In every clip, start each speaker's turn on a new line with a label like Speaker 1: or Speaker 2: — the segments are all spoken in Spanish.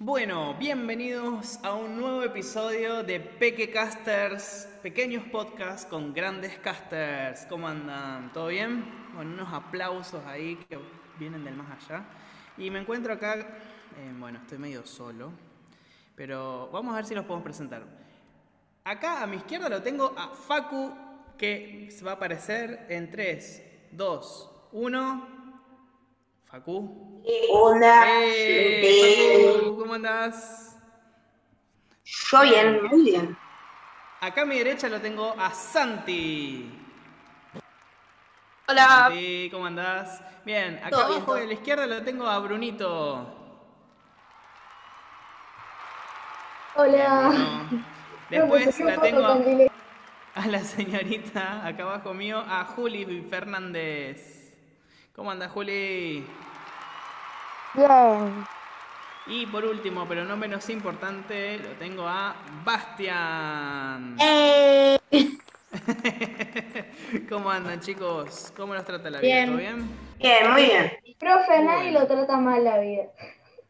Speaker 1: Bueno, bienvenidos a un nuevo episodio de Pequecasters, pequeños podcasts con grandes casters. ¿Cómo andan? ¿Todo bien? Bueno, unos aplausos ahí que vienen del más allá. Y me encuentro acá, eh, bueno, estoy medio solo, pero vamos a ver si los podemos presentar. Acá a mi izquierda lo tengo a Facu, que se va a aparecer en 3, 2, 1. Facu,
Speaker 2: Hola,
Speaker 1: ¡Eh!
Speaker 2: gente.
Speaker 1: Facu, ¿Cómo andás?
Speaker 2: Yo bien, muy bien.
Speaker 1: Acá a mi derecha lo tengo a Santi.
Speaker 3: Hola,
Speaker 1: Santi, ¿cómo andás? Bien, acá
Speaker 3: Ah. Todo bien,
Speaker 1: abajo
Speaker 3: todo.
Speaker 1: de la izquierda lo tengo a Brunito.
Speaker 4: Hola.
Speaker 3: Ah.
Speaker 1: Bueno,
Speaker 4: Me
Speaker 1: después
Speaker 4: puse
Speaker 1: la
Speaker 4: un poco
Speaker 1: tengo a,
Speaker 4: con delay.
Speaker 1: a la señorita, acá abajo mío, a Juli Fernández. ¿Cómo andás, Juli?
Speaker 4: Bien.
Speaker 1: Y por último, pero no menos importante, lo tengo a Bastian.
Speaker 5: Eh,
Speaker 1: ¿Cómo andan, chicos? ¿Cómo los trata la vida?
Speaker 3: Bien.
Speaker 1: ¿Todo bien?
Speaker 2: Bien, muy bien.
Speaker 4: Profe,
Speaker 1: Muy
Speaker 4: nadie
Speaker 1: bueno.
Speaker 4: lo trata mal la vida.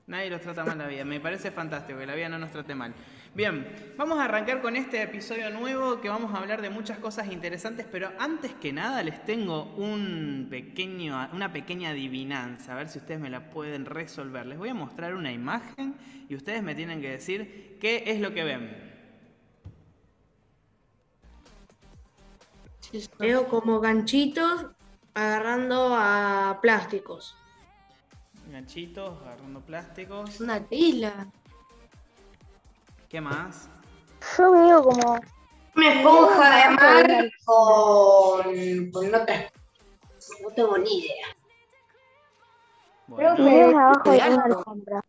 Speaker 1: Nadie los trata mal la vida. Me parece fantástico que la vida no nos trate mal. Bien, vamos a arrancar con este episodio nuevo que vamos a hablar de muchas cosas interesantes, pero antes que nada les tengo un pequeño, una pequeña adivinanza, a ver si ustedes me la pueden resolver. Les voy a mostrar una imagen y ustedes me tienen que decir qué es lo que ven.
Speaker 3: Veo como ganchitos agarrando a plásticos.
Speaker 1: Ganchitos, agarrando plásticos.
Speaker 3: Una pila.
Speaker 1: ¿Qué más?
Speaker 4: Yo veo como.
Speaker 2: Una esponja de mar con, con otras. No tengo ni idea.
Speaker 4: Creo que
Speaker 1: Bueno,
Speaker 4: veo abajo de una
Speaker 3: Claro.
Speaker 4: alfombra.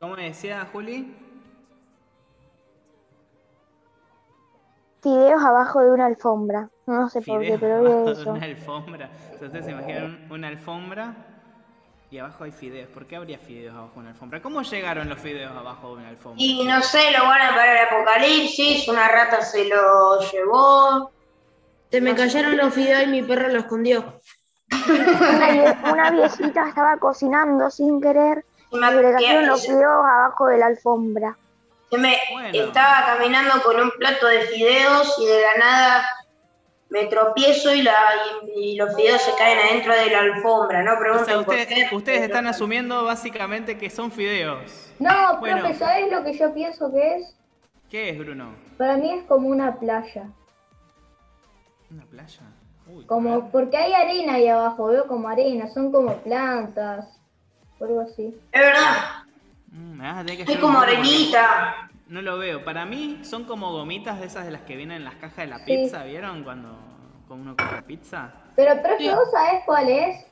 Speaker 1: ¿cómo decía Juli?
Speaker 4: Fideos abajo de una alfombra. No sé por qué,
Speaker 1: fideos
Speaker 4: pero
Speaker 1: abajo
Speaker 4: veo
Speaker 1: de
Speaker 4: eso.
Speaker 1: una alfombra. O sea, ustedes se imaginan una alfombra y abajo hay fideos. ¿Por qué habría fideos abajo de una alfombra? ¿Cómo llegaron los fideos abajo de una alfombra?
Speaker 2: Y no sé, lo van a parar el apocalipsis, una rata se lo llevó.
Speaker 3: Se me cayeron los fideos y mi perro los escondió.
Speaker 4: Una, vie- una viejita estaba cocinando sin querer
Speaker 2: Se
Speaker 4: y le
Speaker 2: me,
Speaker 4: cayeron los
Speaker 2: se
Speaker 4: fideos abajo de la alfombra.
Speaker 2: me-
Speaker 1: Bueno.
Speaker 2: estaba caminando con un plato de fideos y de la nada me tropiezo y, la, y, y los fideos se caen adentro de la alfombra. No
Speaker 1: O
Speaker 2: pregunten
Speaker 1: sea,
Speaker 2: por
Speaker 1: usted-
Speaker 2: qué.
Speaker 1: ustedes están
Speaker 2: pero-
Speaker 1: asumiendo básicamente que son fideos.
Speaker 5: No,
Speaker 1: Bueno.
Speaker 5: profe, ¿sabes lo que yo pienso que es?
Speaker 1: ¿Qué es, Bruno?
Speaker 5: Para mí es como una playa.
Speaker 1: ¿Una playa? Uy, a ver.
Speaker 5: Como, porque hay arena ahí abajo, veo como arena, son como plantas, o algo así.
Speaker 2: Es verdad,
Speaker 1: Mm, me vas a tener que
Speaker 2: es
Speaker 1: hacer
Speaker 2: como
Speaker 1: un dibujo porque
Speaker 2: arenita.
Speaker 1: No lo veo. Para mí son como gomitas de esas de las que vienen en las cajas de la
Speaker 5: Sí.
Speaker 1: pizza. ¿Vieron cuando, cuando uno come pizza?
Speaker 5: Pero, profe, ¿vos sabés cuál es?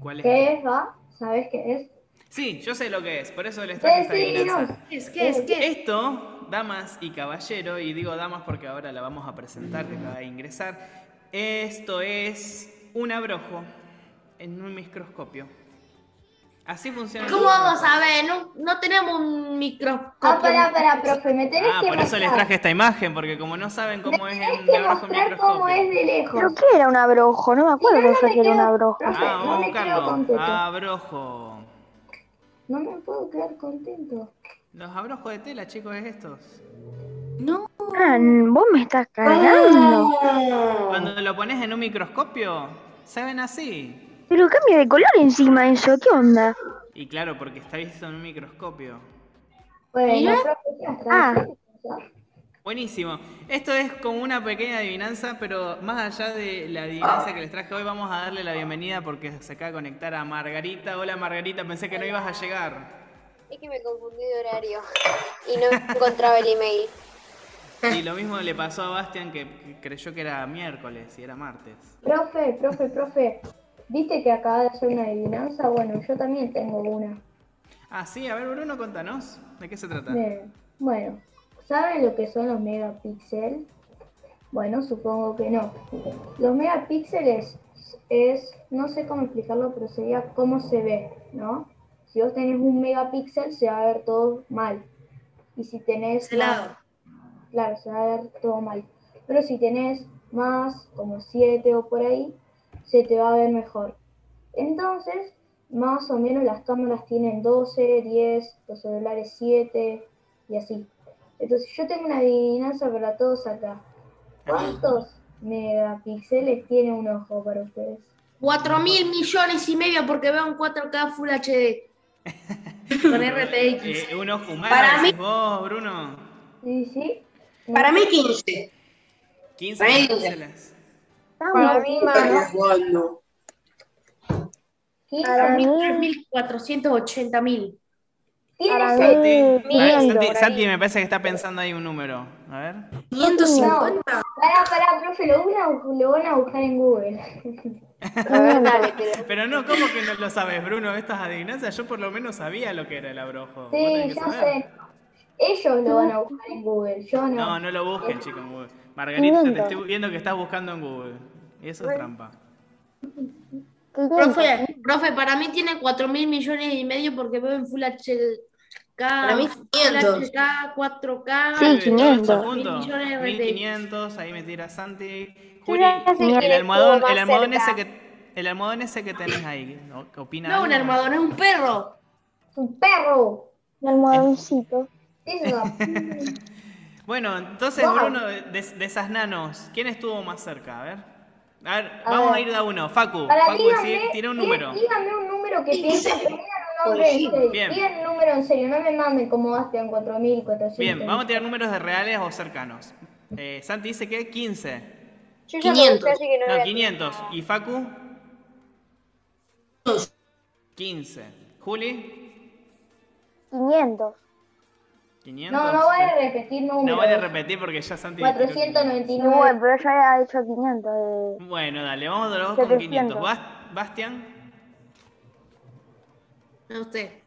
Speaker 1: ¿Cuál es?
Speaker 5: ¿Qué es, va? ¿Sabés qué es?
Speaker 1: Sí, yo sé lo que es. Por eso les traje esta
Speaker 5: Decinos.
Speaker 1: adivinanza.
Speaker 3: Es que, es que.
Speaker 1: Esto, damas y caballero, y digo damas porque ahora la vamos a presentar, que acaba de ingresar, esto es un abrojo en un microscopio. Así funciona. el
Speaker 3: ¿Cómo vamos
Speaker 1: microscopio.
Speaker 3: a ver? No, no tenemos un microscopio.
Speaker 5: Ah, pará, pará, profe, me tenés
Speaker 1: Ah,
Speaker 5: que
Speaker 1: por eso les
Speaker 5: este mostrar.
Speaker 1: traje esta imagen, porque como no saben cómo es
Speaker 5: Tenés
Speaker 1: un
Speaker 5: que
Speaker 1: abrojo en
Speaker 5: mostrar cómo es
Speaker 1: microscopio.
Speaker 5: de
Speaker 4: ¿Pero
Speaker 5: lejos.
Speaker 4: qué era un abrojo? No me acuerdo
Speaker 5: Si no,
Speaker 4: que
Speaker 5: no
Speaker 4: yo
Speaker 5: me
Speaker 4: que era un
Speaker 5: quedo-
Speaker 4: abrojo.
Speaker 5: profe,
Speaker 1: Ah,
Speaker 5: no
Speaker 1: vamos a
Speaker 5: me quedo
Speaker 1: buscarlo.
Speaker 5: contento.
Speaker 1: Abrojo.
Speaker 5: No me puedo quedar contento.
Speaker 1: Los abrojos de tela, chicos, es estos.
Speaker 4: Ah, vos me estás cargando.
Speaker 2: Mm.
Speaker 1: Cuando lo pones en un microscopio, se ven así.
Speaker 4: Pero cambia de color encima eso. ¿Qué onda?
Speaker 1: Y claro, porque está visto en un microscopio.
Speaker 5: Bueno, profe, ya está.
Speaker 4: Ah.
Speaker 1: Buenísimo. Esto es como una pequeña adivinanza, pero más allá de la adivinanza que les traje hoy, vamos a darle la bienvenida porque se acaba de conectar a Margarita. Hola Margarita, pensé que no ibas a llegar.
Speaker 6: Es que me confundí de horario y no encontraba el email.
Speaker 1: Y lo mismo le pasó a Bastian que que creyó que era miércoles y era martes.
Speaker 5: Profe, profe, profe, ¿viste que acaba de hacer una adivinanza? Bueno, yo también tengo una.
Speaker 1: Ah, sí, a ver Bruno, contanos. ¿De qué se trata?
Speaker 5: Bien. Bueno, ¿saben lo que son los megapíxeles? Bueno, supongo que no. Los megapíxeles es, no sé cómo explicarlo, pero sería cómo se ve, ¿no? Si vos tenés un megapíxel se va a ver todo mal. Y si tenés... más-
Speaker 3: Celado.
Speaker 5: Claro, se va a ver todo mal. Pero si tenés más, como 7 o por ahí, se te va a ver mejor. Entonces, Más o menos las cámaras tienen 12, 10, los celulares 7 y así. Entonces yo tengo una adivinanza para todos acá. ¿Cuántos megapíxeles tiene un ojo para ustedes?
Speaker 3: 4 mil millones y medio porque veo un 4K Full HD. Con RTX.
Speaker 1: Eh, un ojo humano,
Speaker 2: Para
Speaker 1: decís vos, Bruno.
Speaker 5: Sí, sí.
Speaker 2: Para mí 15.
Speaker 1: 15
Speaker 2: Ahí.
Speaker 1: píxeles.
Speaker 4: Para
Speaker 6: mí
Speaker 2: Estás jugando.
Speaker 5: 15
Speaker 4: Para mí,
Speaker 3: 3.480 mil.
Speaker 4: para
Speaker 5: tiene
Speaker 1: Santi,
Speaker 4: mí,
Speaker 1: a ver, Santi,
Speaker 4: viendo.
Speaker 1: Santi, me parece que está pensando ahí un número. A ver.
Speaker 2: 550.
Speaker 5: Pará, pará, profe, lo van a, lo van a buscar en Google.
Speaker 6: A ver, dale, pero
Speaker 1: Pero no, ¿cómo que no lo sabes, Bruno? Estas adivinanzas, yo por lo menos sabía lo que era el abrojo. Vos tenés
Speaker 5: Sí,
Speaker 1: que
Speaker 5: ya
Speaker 1: saber.
Speaker 5: sé. Ellos lo van a buscar en Google, yo no.
Speaker 1: No, no lo busquen, chicos. en Google. Margarita, te
Speaker 4: Miento.
Speaker 1: estoy viendo que estás buscando en Google. Y eso es trampa.
Speaker 4: 500.
Speaker 3: Profe, profe, para mí tiene 4 mil millones y medio porque veo en Full HD. Para
Speaker 2: mí 500.
Speaker 3: 4K.
Speaker 4: Sí, 500.
Speaker 1: Todo junto.
Speaker 3: Mil millones de RTX.
Speaker 1: 1500, ahí me tira Santi.
Speaker 6: Yo
Speaker 1: Juli,
Speaker 6: ya sé quién
Speaker 1: el
Speaker 6: estuvo
Speaker 1: almohadón,
Speaker 6: más
Speaker 1: el almohadón
Speaker 6: cerca.
Speaker 1: ese que... El almohadón ese que tenés ahí, ¿no? ¿Qué opina?
Speaker 3: No, un
Speaker 1: algo?
Speaker 3: armador, es un perro.
Speaker 5: Es un perro.
Speaker 4: Un almohadoncito.
Speaker 5: Eso.
Speaker 1: Bueno, entonces,
Speaker 5: Wow.
Speaker 1: Bruno, de, de esas nanos, ¿quién estuvo más cerca? A ver. A ver, vamos a ir de a uno. Facu,
Speaker 5: Para
Speaker 1: Facu, sí,
Speaker 5: díganme,
Speaker 1: tira un
Speaker 5: dí-
Speaker 1: número.
Speaker 5: díganme un número que piensen, pero digan un nombre en
Speaker 2: Bien.
Speaker 5: serio. Digan un número en serio, no me manden como Bastian 4400.
Speaker 1: Bien, vamos a tirar números de reales o cercanos. Eh, Santi dice que 15.
Speaker 6: yo ya me
Speaker 2: 500.
Speaker 6: gusté, así que no,
Speaker 1: No,
Speaker 6: voy a-
Speaker 1: 500. ¿Y Facu? 15. ¿Juli?
Speaker 4: 500.
Speaker 1: 500.
Speaker 5: No, no voy a repetir números.
Speaker 1: No vale repetir porque ya Santi... tiró
Speaker 5: 499.
Speaker 4: No, pero yo había hecho 500. eh.
Speaker 1: 500. Bueno, dale, vamos a los dos con 500.
Speaker 4: 700.
Speaker 1: Bas- Bastian.
Speaker 3: No sé.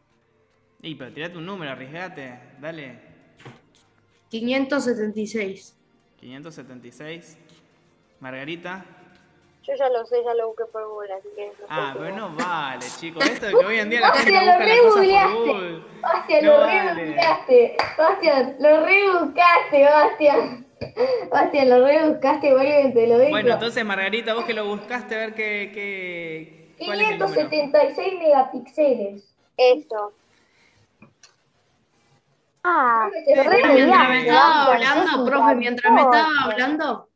Speaker 1: Y, pero tirate un número, arriesgate. Dale.
Speaker 3: 576.
Speaker 1: 576. Margarita.
Speaker 6: yo ya lo sé, ya lo busqué por Google, así que no
Speaker 1: Ah,
Speaker 6: sé
Speaker 1: pero
Speaker 6: si-
Speaker 1: no vale, chicos. Esto de que hoy en día la
Speaker 5: Bastian,
Speaker 1: gente
Speaker 5: lo
Speaker 1: busca las cosas por
Speaker 5: regoogleaste.
Speaker 1: Google.
Speaker 5: Bastian,
Speaker 1: No
Speaker 5: lo
Speaker 1: vale.
Speaker 5: rebuscaste. Bastian, lo rebuscaste, Bastian. Bastian, lo rebuscaste, vuelve, te lo digo.
Speaker 1: Bueno, entonces, Margarita, vos que lo buscaste, a ver qué... qué cuál es el número.
Speaker 5: 576 megapíxeles.
Speaker 6: Eso.
Speaker 4: Ah,
Speaker 5: Te lo
Speaker 4: Pero
Speaker 5: regoogleaste.
Speaker 4: mira,
Speaker 3: Mientras me
Speaker 4: no,
Speaker 3: estaba
Speaker 4: pero eso
Speaker 3: hablando,
Speaker 4: es
Speaker 3: profe, mientras me
Speaker 4: tramposo.
Speaker 3: estaba hablando,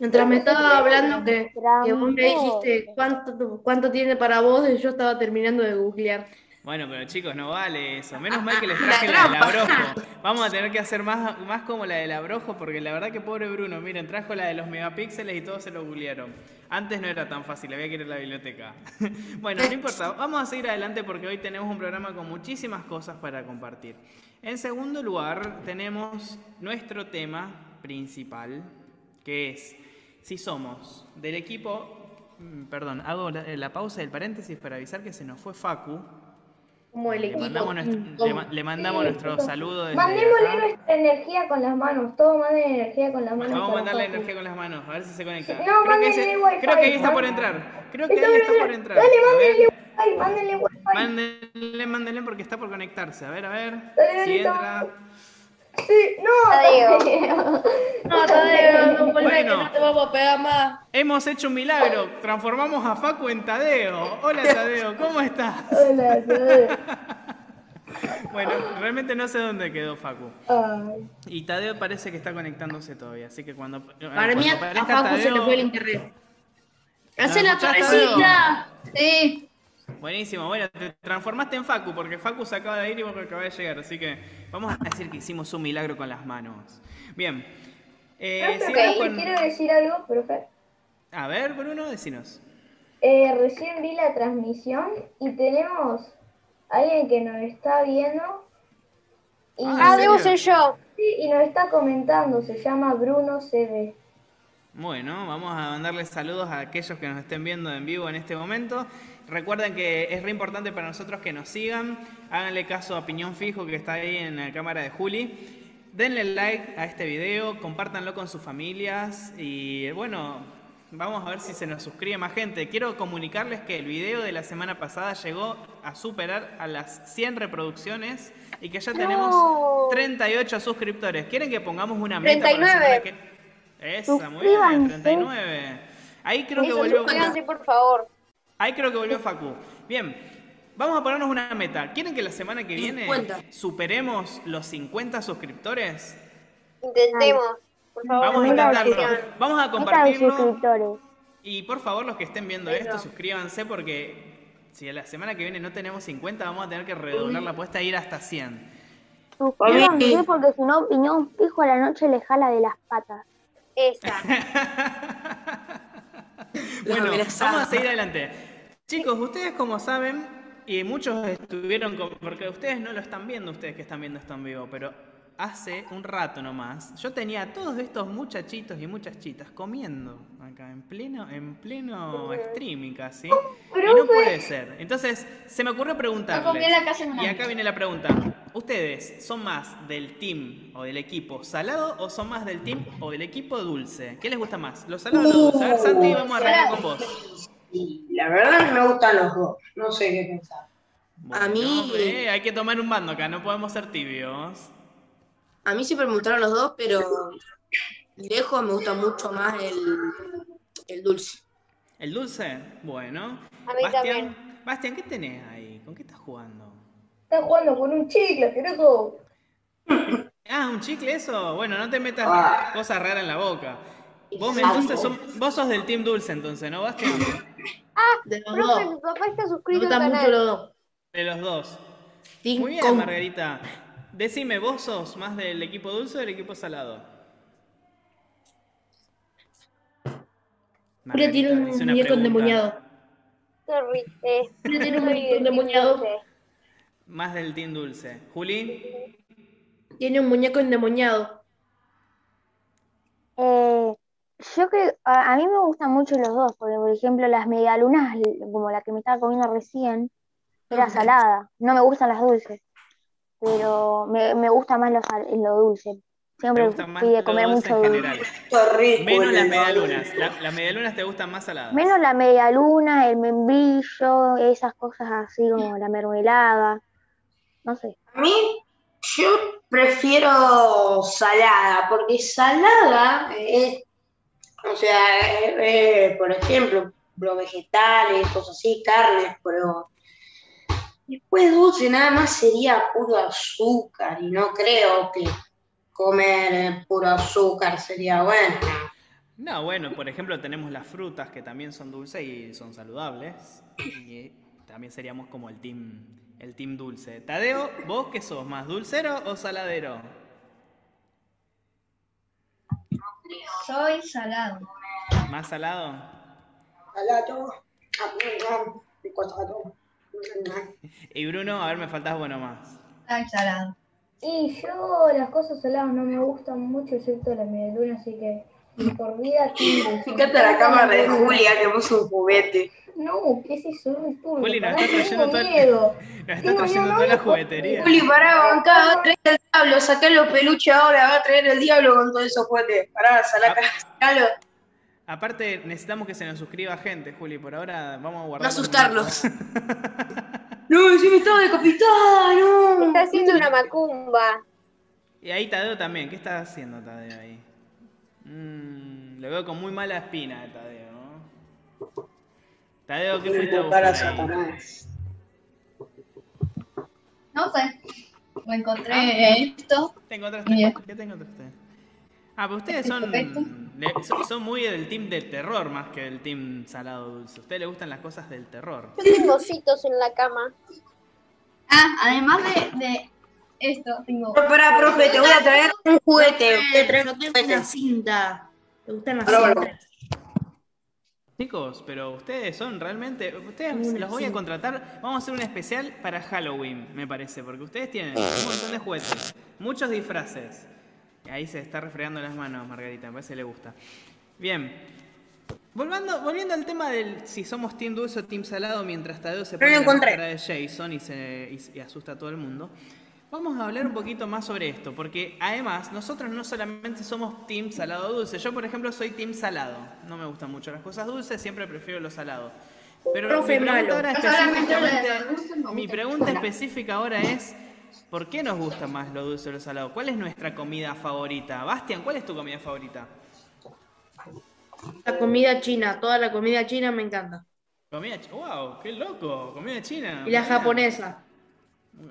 Speaker 3: mientras me estaba hablando que, que vos me dijiste cuánto, cuánto tiene para vos y yo estaba terminando de googlear.
Speaker 1: Bueno, pero chicos, no vale eso. Menos mal que les traje la del abrojo. Vamos a tener que hacer más, más como la del abrojo, porque la verdad que pobre Bruno, miren, trajo la de los megapíxeles y todos se lo googlearon. Antes no era tan fácil, había que ir a la biblioteca. bueno, no importa, vamos a seguir adelante porque hoy tenemos un programa con muchísimas cosas para compartir. En segundo lugar, tenemos nuestro tema principal, que es si somos del equipo. mm, Perdón, hago la, la pausa del paréntesis para avisar que se nos fue Facu.
Speaker 3: Como el
Speaker 1: Le
Speaker 3: equipo.
Speaker 1: mandamos, nuestro, le, ma- le mandamos nuestro saludo. desde
Speaker 5: Eh, Mandémosle
Speaker 1: acá.
Speaker 5: nuestra energía con las manos. Todo manden energía con las manos.
Speaker 1: Vamos a
Speaker 5: para
Speaker 1: mandarle
Speaker 5: Facu.
Speaker 1: energía con las manos, a ver si se conecta.
Speaker 5: No,
Speaker 1: creo, que
Speaker 5: mándenle
Speaker 1: ese-
Speaker 5: wifi,
Speaker 1: creo que ahí está por
Speaker 5: mándenle.
Speaker 1: entrar. Creo que ahí está por entrar.
Speaker 5: Dale,
Speaker 1: A ver,
Speaker 5: mándenle wifi, mándenle wifi.
Speaker 1: Mándenle, mándenle porque está por conectarse. A ver, a ver.
Speaker 5: Dale,
Speaker 1: Si
Speaker 5: dale,
Speaker 1: entra.
Speaker 5: Sí, no,
Speaker 6: Tadeo.
Speaker 5: Tadeo.
Speaker 3: No, Tadeo, no volvés, que
Speaker 1: Bueno.
Speaker 3: no te vamos a pegar más.
Speaker 1: Hemos hecho un milagro. Transformamos a Facu en Tadeo. Hola Tadeo, ¿cómo estás?
Speaker 5: Hola, Tadeo.
Speaker 1: Bueno, realmente no sé dónde quedó Facu.
Speaker 5: Ay.
Speaker 1: Y Tadeo parece que está conectándose todavía. Así que cuando.
Speaker 3: Para mí, a
Speaker 1: aparezca
Speaker 3: a Facu se le
Speaker 1: Tadeo-
Speaker 3: fue el internet. ¡Hace
Speaker 1: No,
Speaker 3: la
Speaker 1: escuchá, Tadeo.
Speaker 3: torrecita! Sí.
Speaker 1: Buenísimo, bueno, te transformaste en Facu porque Facu se acaba de ir y vos acabas de llegar, así que vamos a decir que hicimos un milagro con las manos. Bien. Eh,
Speaker 5: Profe,
Speaker 1: sigamos
Speaker 5: profe,
Speaker 1: con-
Speaker 5: quiero decir algo, profe.
Speaker 1: A ver, Bruno, decinos.
Speaker 5: Eh, recién vi la transmisión y tenemos a alguien que nos está viendo y,
Speaker 1: Ah,
Speaker 6: Ah,
Speaker 1: ¿en
Speaker 6: debo
Speaker 1: serio?
Speaker 6: ser yo.
Speaker 5: sí, y nos está comentando. Se llama Bruno CB.
Speaker 1: Bueno, vamos a mandarles saludos a aquellos que nos estén viendo en vivo en este momento. Recuerden que es re importante para nosotros que nos sigan. Háganle caso a Piñón Fijo que está ahí en la cámara de Juli. Denle like a este video, compártanlo con sus familias y bueno, vamos a ver si se nos suscribe más gente. Quiero comunicarles que el video de la semana pasada llegó a superar a las 100 reproducciones y que ya tenemos 38 suscriptores. ¿Quieren que pongamos una meta para la semana
Speaker 6: 39.
Speaker 1: que- esa, muy bien,
Speaker 4: Suscríbanse.
Speaker 1: 39. Ahí creo que
Speaker 6: Eso,
Speaker 1: volvió.
Speaker 6: suscríbanse, por favor.
Speaker 1: Ahí creo que volvió Facu. Bien, vamos a ponernos una meta. ¿Quieren que la semana que viene
Speaker 7: 50.
Speaker 1: superemos los 50 suscriptores?
Speaker 6: Intentemos. Por favor.
Speaker 1: Vamos a intentarlo. Vamos a
Speaker 4: Meta de
Speaker 1: compartirlo.
Speaker 4: suscriptores.
Speaker 1: Y por favor, los que estén viendo esto, suscríbanse porque si la semana que viene no tenemos 50, vamos a tener que redoblar la apuesta e ir hasta 100.
Speaker 4: Suscríbanse porque si no, Piñón Fijo a la noche le jala de las patas.
Speaker 6: Esa.
Speaker 7: La
Speaker 1: Bueno,
Speaker 7: amenazada.
Speaker 1: vamos a seguir adelante. Chicos, ustedes como saben, y muchos estuvieron con... Porque ustedes no lo están viendo, ustedes que están viendo esto en vivo, pero hace un rato nomás, yo tenía a todos estos muchachitos y muchachitas comiendo acá, en pleno, en pleno streaming casi. Y no puede ser. Entonces, se me ocurrió preguntarles, y acá viene la pregunta, ¿ustedes son más del team o del equipo salado o son más del team o del equipo dulce? ¿Qué les gusta más? ¿Los salados o los dulces? A ver, Santi, vamos a arrancar con vos.
Speaker 2: Y la verdad me gustan los dos. No sé qué pensar.
Speaker 1: Bueno,
Speaker 7: A mí-
Speaker 1: eh, hay que tomar un bando acá, no podemos ser tibios.
Speaker 7: A mí siempre me gustaron los dos, pero lejos me gusta mucho más el, el dulce.
Speaker 1: ¿El dulce? Bueno.
Speaker 6: A mí también.
Speaker 1: Bastián, Bastián, ¿qué tenés ahí? ¿Con qué estás jugando?
Speaker 5: Está jugando con un chicle, querido.
Speaker 1: Ah, ¿un chicle eso? Bueno, no te metas
Speaker 2: Ah.
Speaker 1: cosas raras en la boca. Vos,
Speaker 2: Exacto.
Speaker 1: entonces, son- vos sos del team dulce entonces, ¿no, Bastián?
Speaker 3: De los
Speaker 6: Profe,
Speaker 3: dos.
Speaker 6: mi papá está
Speaker 3: Me
Speaker 6: suscrito al
Speaker 3: gustan mucho
Speaker 6: canal.
Speaker 3: los dos.
Speaker 1: De los dos.
Speaker 3: Team
Speaker 1: Muy bien,
Speaker 3: con-
Speaker 1: Margarita. Decime, ¿vos sos más del equipo dulce o del equipo salado?
Speaker 3: Siempre tiene
Speaker 1: Margarita,
Speaker 3: un
Speaker 1: hice una
Speaker 3: muñeco
Speaker 1: pregunta.
Speaker 3: endemoniado.
Speaker 6: Sorry. Eh,
Speaker 3: Siempre tiene un
Speaker 6: soy
Speaker 3: muñeco
Speaker 6: del team
Speaker 3: endemoniado.
Speaker 6: dulce.
Speaker 1: Más del team dulce. Juli,
Speaker 3: Tiene un muñeco endemoniado.
Speaker 4: Eh, yo creo, a, a mí me gustan mucho los dos, porque por ejemplo las medialunas, l- como la que me estaba comiendo recién, era salada. No me gustan las dulces, pero me, me gusta más lo, sal- lo dulce.
Speaker 1: te
Speaker 4: Siempre
Speaker 1: gusta más
Speaker 4: fui de
Speaker 1: lo
Speaker 4: comer
Speaker 1: dulce
Speaker 4: mucho
Speaker 1: en
Speaker 4: dulce.
Speaker 1: general.
Speaker 2: Está rico.
Speaker 1: Menos
Speaker 2: el
Speaker 1: las
Speaker 2: helado.
Speaker 1: medialunas. La- las medialunas te gustan más saladas.
Speaker 4: Menos la medialuna, el membrillo, esas cosas así como la mermelada. No sé.
Speaker 2: A mí, yo prefiero salada, porque salada es, o sea, eh, eh, por ejemplo, los vegetales, cosas así, carnes, pero después dulce nada más sería puro azúcar y no creo que comer eh, puro azúcar sería bueno.
Speaker 1: No, bueno, por ejemplo, tenemos las frutas que también son dulces y son saludables. Y también seríamos como el team, el team dulce. Tadeo, ¿vos qué sos? ¿Más dulcero o saladero?
Speaker 8: Soy salado.
Speaker 1: ¿Más salado? Y Bruno, a ver, me faltás bueno más.
Speaker 8: Soy salado.
Speaker 5: Y yo las cosas saladas no me gustan mucho, excepto la medialuna, así que por vida tengo.
Speaker 2: Fíjate la cámara de Julia que puso un juguete.
Speaker 5: No, ¿qué es eso? No es tuyo.
Speaker 1: Juli, nos
Speaker 5: pará,
Speaker 1: está trayendo
Speaker 5: tengo
Speaker 1: todo el-
Speaker 5: miedo.
Speaker 1: Nos está
Speaker 5: Tengo
Speaker 1: trayendo
Speaker 5: miedo,
Speaker 1: toda la
Speaker 5: no,
Speaker 1: juguetería.
Speaker 2: Juli, pará, bancá, va a traer el diablo, sacá los peluches ahora, va a traer el diablo con todos esos juguetes. Pará, salá,
Speaker 1: Ah.
Speaker 2: sacalo.
Speaker 1: Aparte, necesitamos que se nos suscriba gente, Juli. Por ahora vamos a
Speaker 7: No
Speaker 1: guardar.
Speaker 7: asustarlos.
Speaker 2: No, encima estaba decapitada, no.
Speaker 6: Está haciendo una macumba.
Speaker 1: Y ahí Tadeo también. ¿Qué está haciendo Tadeo ahí? Mm, lo veo con muy mala espina, eh, Tadeo. ¿no? Tadeo, ¿qué fuiste a buscar
Speaker 2: Para
Speaker 1: ahí?
Speaker 2: Satanás.
Speaker 8: No sé. Me encontré esto.
Speaker 1: ¿Te encontraste?
Speaker 8: Bien.
Speaker 1: ¿Qué te encontraste? Ah, pero ustedes
Speaker 8: Este
Speaker 1: son,
Speaker 8: correcto.
Speaker 1: le- son, son muy del team del terror más que del team salado dulce. A ustedes les gustan las cosas del terror.
Speaker 6: Yo tengo ositos en la cama.
Speaker 8: Ah, además de, de esto, tengo.
Speaker 2: Pero pará, profe, te voy a traer un juguete. Te traigo
Speaker 3: Yo
Speaker 2: un
Speaker 3: tengo una
Speaker 2: juguete.
Speaker 3: cinta. ¿Te gustan las
Speaker 2: Bárbaro.
Speaker 3: cintas?
Speaker 1: Chicos, pero ustedes son realmente. Ustedes
Speaker 3: Una,
Speaker 1: los voy a
Speaker 3: sí.
Speaker 1: contratar. Vamos a hacer un especial para Halloween, me parece, porque ustedes tienen un montón de juguetes, muchos disfraces. Ahí se está refregando las manos, Margarita, me parece que le gusta. Bien. Volvando, volviendo al tema del si somos Team Dulce o Team Salado, mientras Tadeo se
Speaker 2: Pero
Speaker 1: pone
Speaker 2: lo
Speaker 1: la
Speaker 2: encontré.
Speaker 1: máscara de Jason y, se, y- y asusta a todo el mundo, vamos a hablar un poquito más sobre esto, porque además nosotros no solamente somos Team Salado Dulce, yo por ejemplo soy Team Salado, no me gustan mucho las cosas dulces, siempre prefiero lo salado. Pero
Speaker 3: Profe
Speaker 1: mi pregunta
Speaker 3: malo.
Speaker 1: ahora
Speaker 8: Yo solamente lo de
Speaker 1: específicamente-
Speaker 8: los dulces me
Speaker 1: mi
Speaker 8: gusta.
Speaker 1: pregunta específica ahora es, ¿por qué nos gusta más lo dulce o lo salado? ¿Cuál es nuestra comida favorita? Bastian, ¿cuál es tu comida favorita?
Speaker 3: La comida china, toda la comida china me encanta.
Speaker 1: Comida china. ¡Wow! ¡Qué loco! Comida china.
Speaker 3: Y
Speaker 1: mirá.
Speaker 3: la japonesa.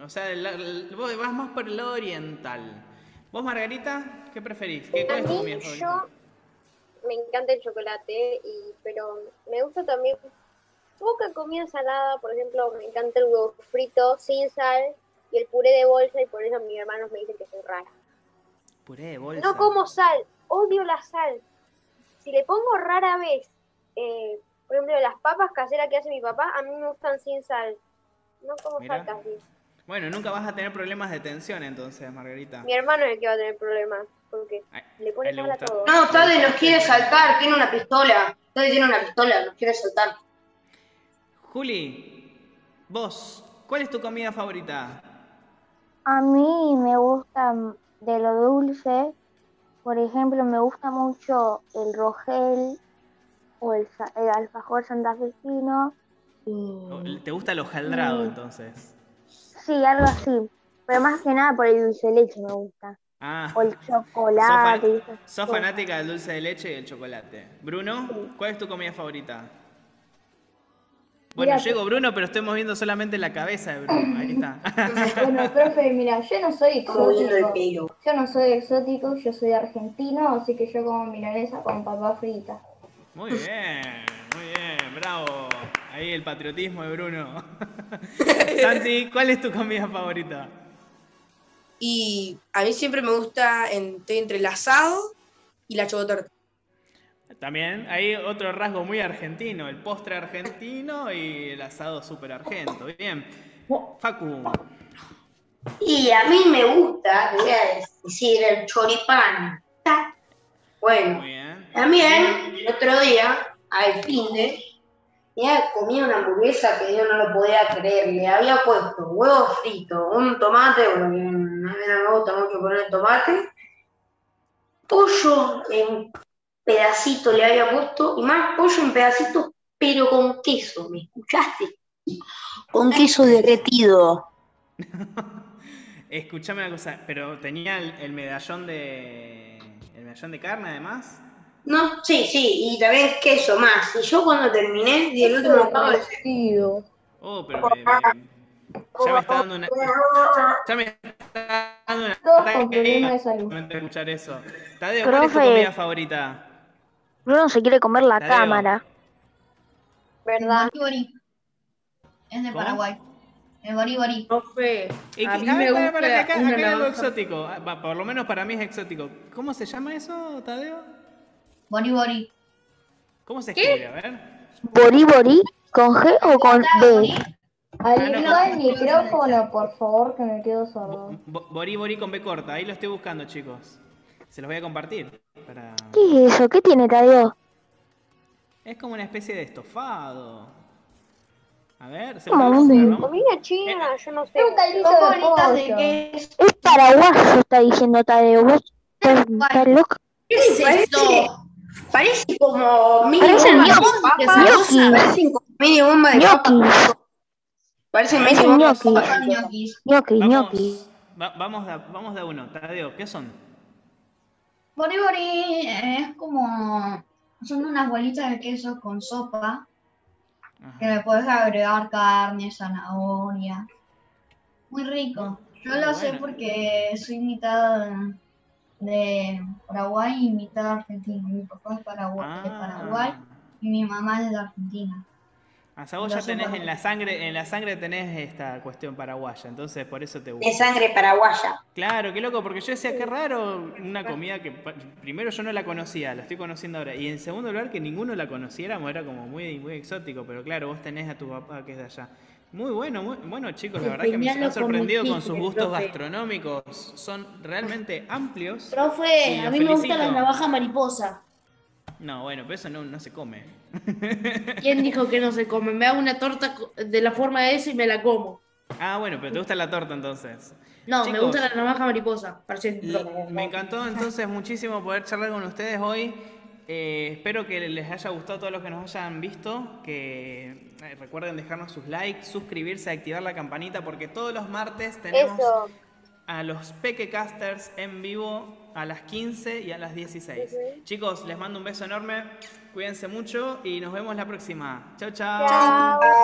Speaker 1: O sea, el- el- vos vas más por el lado oriental. ¿Vos, Margarita, qué preferís? ¿Qué,
Speaker 6: A
Speaker 1: cuál es tu
Speaker 6: mí
Speaker 1: comida
Speaker 6: yo
Speaker 1: favorita?
Speaker 6: me encanta el chocolate, y, pero me gusta también poca comida salada, por ejemplo, me encanta el huevo frito sin sal y el puré de bolsa y por eso mis hermanos me dicen que soy rara.
Speaker 1: Puré de bolsa.
Speaker 6: No como sal, odio la sal. Si le pongo rara vez, eh, por ejemplo, las papas caseras que hace mi papá, a mí me gustan sin sal. No como
Speaker 1: Mirá.
Speaker 6: sal casi.
Speaker 1: Bueno, nunca vas a tener problemas de tensión entonces, Margarita.
Speaker 6: Mi hermano es el que va a tener problemas, porque
Speaker 1: Ay,
Speaker 6: le
Speaker 1: Ah. a
Speaker 6: pone
Speaker 1: él le
Speaker 6: sal a
Speaker 1: gusta.
Speaker 6: todo.
Speaker 2: No, Tade nos quiere saltar, tiene una pistola. Tade tiene una pistola, nos quiere saltar.
Speaker 1: Juli, vos, ¿cuál es tu comida favorita?
Speaker 4: A mí me gusta mm, de lo dulce, por ejemplo, me gusta mucho el rogel o el, sa- el alfajor santafesino.
Speaker 6: Mm.
Speaker 1: ¿Te gusta el hojaldrado entonces?
Speaker 4: Sí, algo así. Pero más que nada por el dulce de leche me gusta.
Speaker 1: Ah,
Speaker 4: O el
Speaker 1: sos,
Speaker 4: chocolate. y
Speaker 1: fan-
Speaker 4: esas
Speaker 1: sos
Speaker 4: cosas.
Speaker 1: fanática del dulce de leche y el chocolate. Bruno, ¿cuál es tu comida favorita? Bueno,
Speaker 5: Mirá,
Speaker 1: llego Bruno, pero estoy moviendo solamente la cabeza de Bruno. Ahí está.
Speaker 5: Bueno, profe, mira, yo no soy
Speaker 2: Como viendo el
Speaker 5: exótico.
Speaker 2: pelo.
Speaker 5: Yo no soy exótico, yo soy argentino, así que yo como milanesa con papa frita.
Speaker 1: Muy bien, muy bien, bravo. Ahí el patriotismo de Bruno. Santi, ¿cuál es tu comida favorita?
Speaker 7: Y a mí siempre me gusta en- entre el asado y la chocotorta.
Speaker 1: También hay otro rasgo muy argentino, el postre argentino y el asado súper argento. Bien.
Speaker 4: Oh.
Speaker 1: Facu,
Speaker 2: Y a mí me gusta, te voy a decir, el choripán. Ta. Bueno,
Speaker 1: muy bien.
Speaker 2: también el otro día, al fin de, ya comía una hamburguesa que yo no lo podía creer. Le había puesto huevo frito, un tomate, porque a mí no me gusta mucho poner tomate, pollo en pedacito le había puesto, y más pollo en pedacitos, pero con queso, ¿me escuchaste? Con queso derretido.
Speaker 1: Escuchame una cosa, pero tenía el, el medallón de. el medallón de carne además.
Speaker 2: No, sí, sí, y también queso más. Y yo cuando terminé, di el último bocado de
Speaker 5: Tío.
Speaker 1: Oh, pero me- me- ya me está dando una. Ya me está dando una.
Speaker 5: Todos con problemas de salud.
Speaker 1: de escuchar eso. Tadeo, ¿cuál es tu
Speaker 4: Profe.
Speaker 1: comida favorita?
Speaker 4: Bruno se quiere comer la
Speaker 1: Tadeo.
Speaker 4: cámara.
Speaker 6: ¿Verdad?
Speaker 8: El boriborí. Es de
Speaker 1: ¿Cómo?
Speaker 8: Paraguay. Eh, El boriborí.
Speaker 3: Profe,
Speaker 1: Y-
Speaker 3: a
Speaker 1: a
Speaker 3: mí
Speaker 1: ver,
Speaker 3: me
Speaker 1: para,
Speaker 3: gusta
Speaker 1: para, que acá,
Speaker 3: una
Speaker 1: acá hay algo
Speaker 3: naranja.
Speaker 1: exótico. Ah, va, Por lo menos para mí es exótico. ¿Cómo se llama eso, Tadeo?
Speaker 8: Boriborí.
Speaker 1: ¿Cómo se escribe? A ver.
Speaker 4: ¿Bori bori? ¿Con G o con D?
Speaker 5: Alentó el
Speaker 8: no.
Speaker 5: micrófono, por favor, que me quedo sordo.
Speaker 1: Bo- Bori Bori con B corta, ahí lo estoy buscando, chicos. Se los voy a compartir. para-
Speaker 4: ¿Qué es eso? ¿Qué tiene Tadeo?
Speaker 1: Es como una especie de estofado. A ver, ¿se
Speaker 4: ¿Cómo?
Speaker 1: puede buscar, vamos?
Speaker 6: Comida china, yo no sé.
Speaker 5: Un caldito
Speaker 8: Son
Speaker 5: de
Speaker 8: bolitas de
Speaker 5: pollo.
Speaker 8: queso.
Speaker 4: Es paraguayo, está diciendo Tadeo. ¿Vos estás, estás loco?
Speaker 8: ¿Qué es
Speaker 2: parece-
Speaker 8: eso?
Speaker 2: Parece como mini
Speaker 4: Parece
Speaker 2: bomba de
Speaker 4: gnocchi,
Speaker 2: papa.
Speaker 4: gnocchi.
Speaker 2: Parecen como mini bomba de papa.
Speaker 4: Ñoquis,
Speaker 2: Parece mini
Speaker 4: Parece
Speaker 2: bomba de
Speaker 4: gnocchi.
Speaker 2: papa.
Speaker 8: Son ñoquis.
Speaker 4: ñoquis, ñoquis.
Speaker 1: Vamos, va- vamos, de a, vamos de a uno. Tadeo, ¿qué son?
Speaker 8: Boriborí eh, es como. Son unas bolitas de queso con sopa que
Speaker 1: Ajá.
Speaker 8: le puedes agregar carne, zanahoria. Muy rico. Yo lo sé
Speaker 1: Bueno.
Speaker 8: porque soy mitad de Paraguay y mitad argentina. Mi papá es paragua- de Paraguay y mi mamá es de Argentina.
Speaker 1: Ah, o sea, vos
Speaker 8: Lo
Speaker 1: ya tenés
Speaker 8: supo.
Speaker 1: en la sangre, en la sangre tenés esta cuestión paraguaya, entonces por eso te gusta.
Speaker 2: De sangre paraguaya.
Speaker 1: Claro, qué loco, porque yo decía, qué raro, una comida que pa- primero yo no la conocía, la estoy conociendo ahora, y en segundo lugar que ninguno la conociéramos, era como muy, muy exótico, pero claro, vos tenés a tu papá que es de allá. Muy bueno, muy bueno chicos, la verdad que me
Speaker 3: Enseñalo
Speaker 1: han sorprendido
Speaker 3: con
Speaker 1: con sus
Speaker 3: quique,
Speaker 1: gustos
Speaker 3: profe.
Speaker 1: gastronómicos, son realmente amplios.
Speaker 9: Profe,
Speaker 1: Sí,
Speaker 9: a
Speaker 1: lo
Speaker 9: mí me
Speaker 1: felicito.
Speaker 9: gusta la navaja mariposa.
Speaker 1: No, bueno, pero eso no, no se come.
Speaker 3: ¿Quién dijo que no se come? Me hago una torta co- de la forma de eso y me la como.
Speaker 1: Ah, bueno, pero te gusta la torta entonces.
Speaker 3: No, me
Speaker 1: Chicos.
Speaker 3: gusta la navaja mariposa. Parece...
Speaker 1: L- Me encantó entonces muchísimo poder charlar con ustedes hoy. Eh, espero que les haya gustado a todos los que nos hayan visto, que eh, recuerden dejarnos sus likes, suscribirse, activar la campanita, porque todos los martes tenemos
Speaker 6: Eso.
Speaker 1: a los Pekecasters en vivo a las 15 y a las 16. Chicos, les mando un beso enorme, cuídense mucho y nos vemos la próxima. Chao, chao.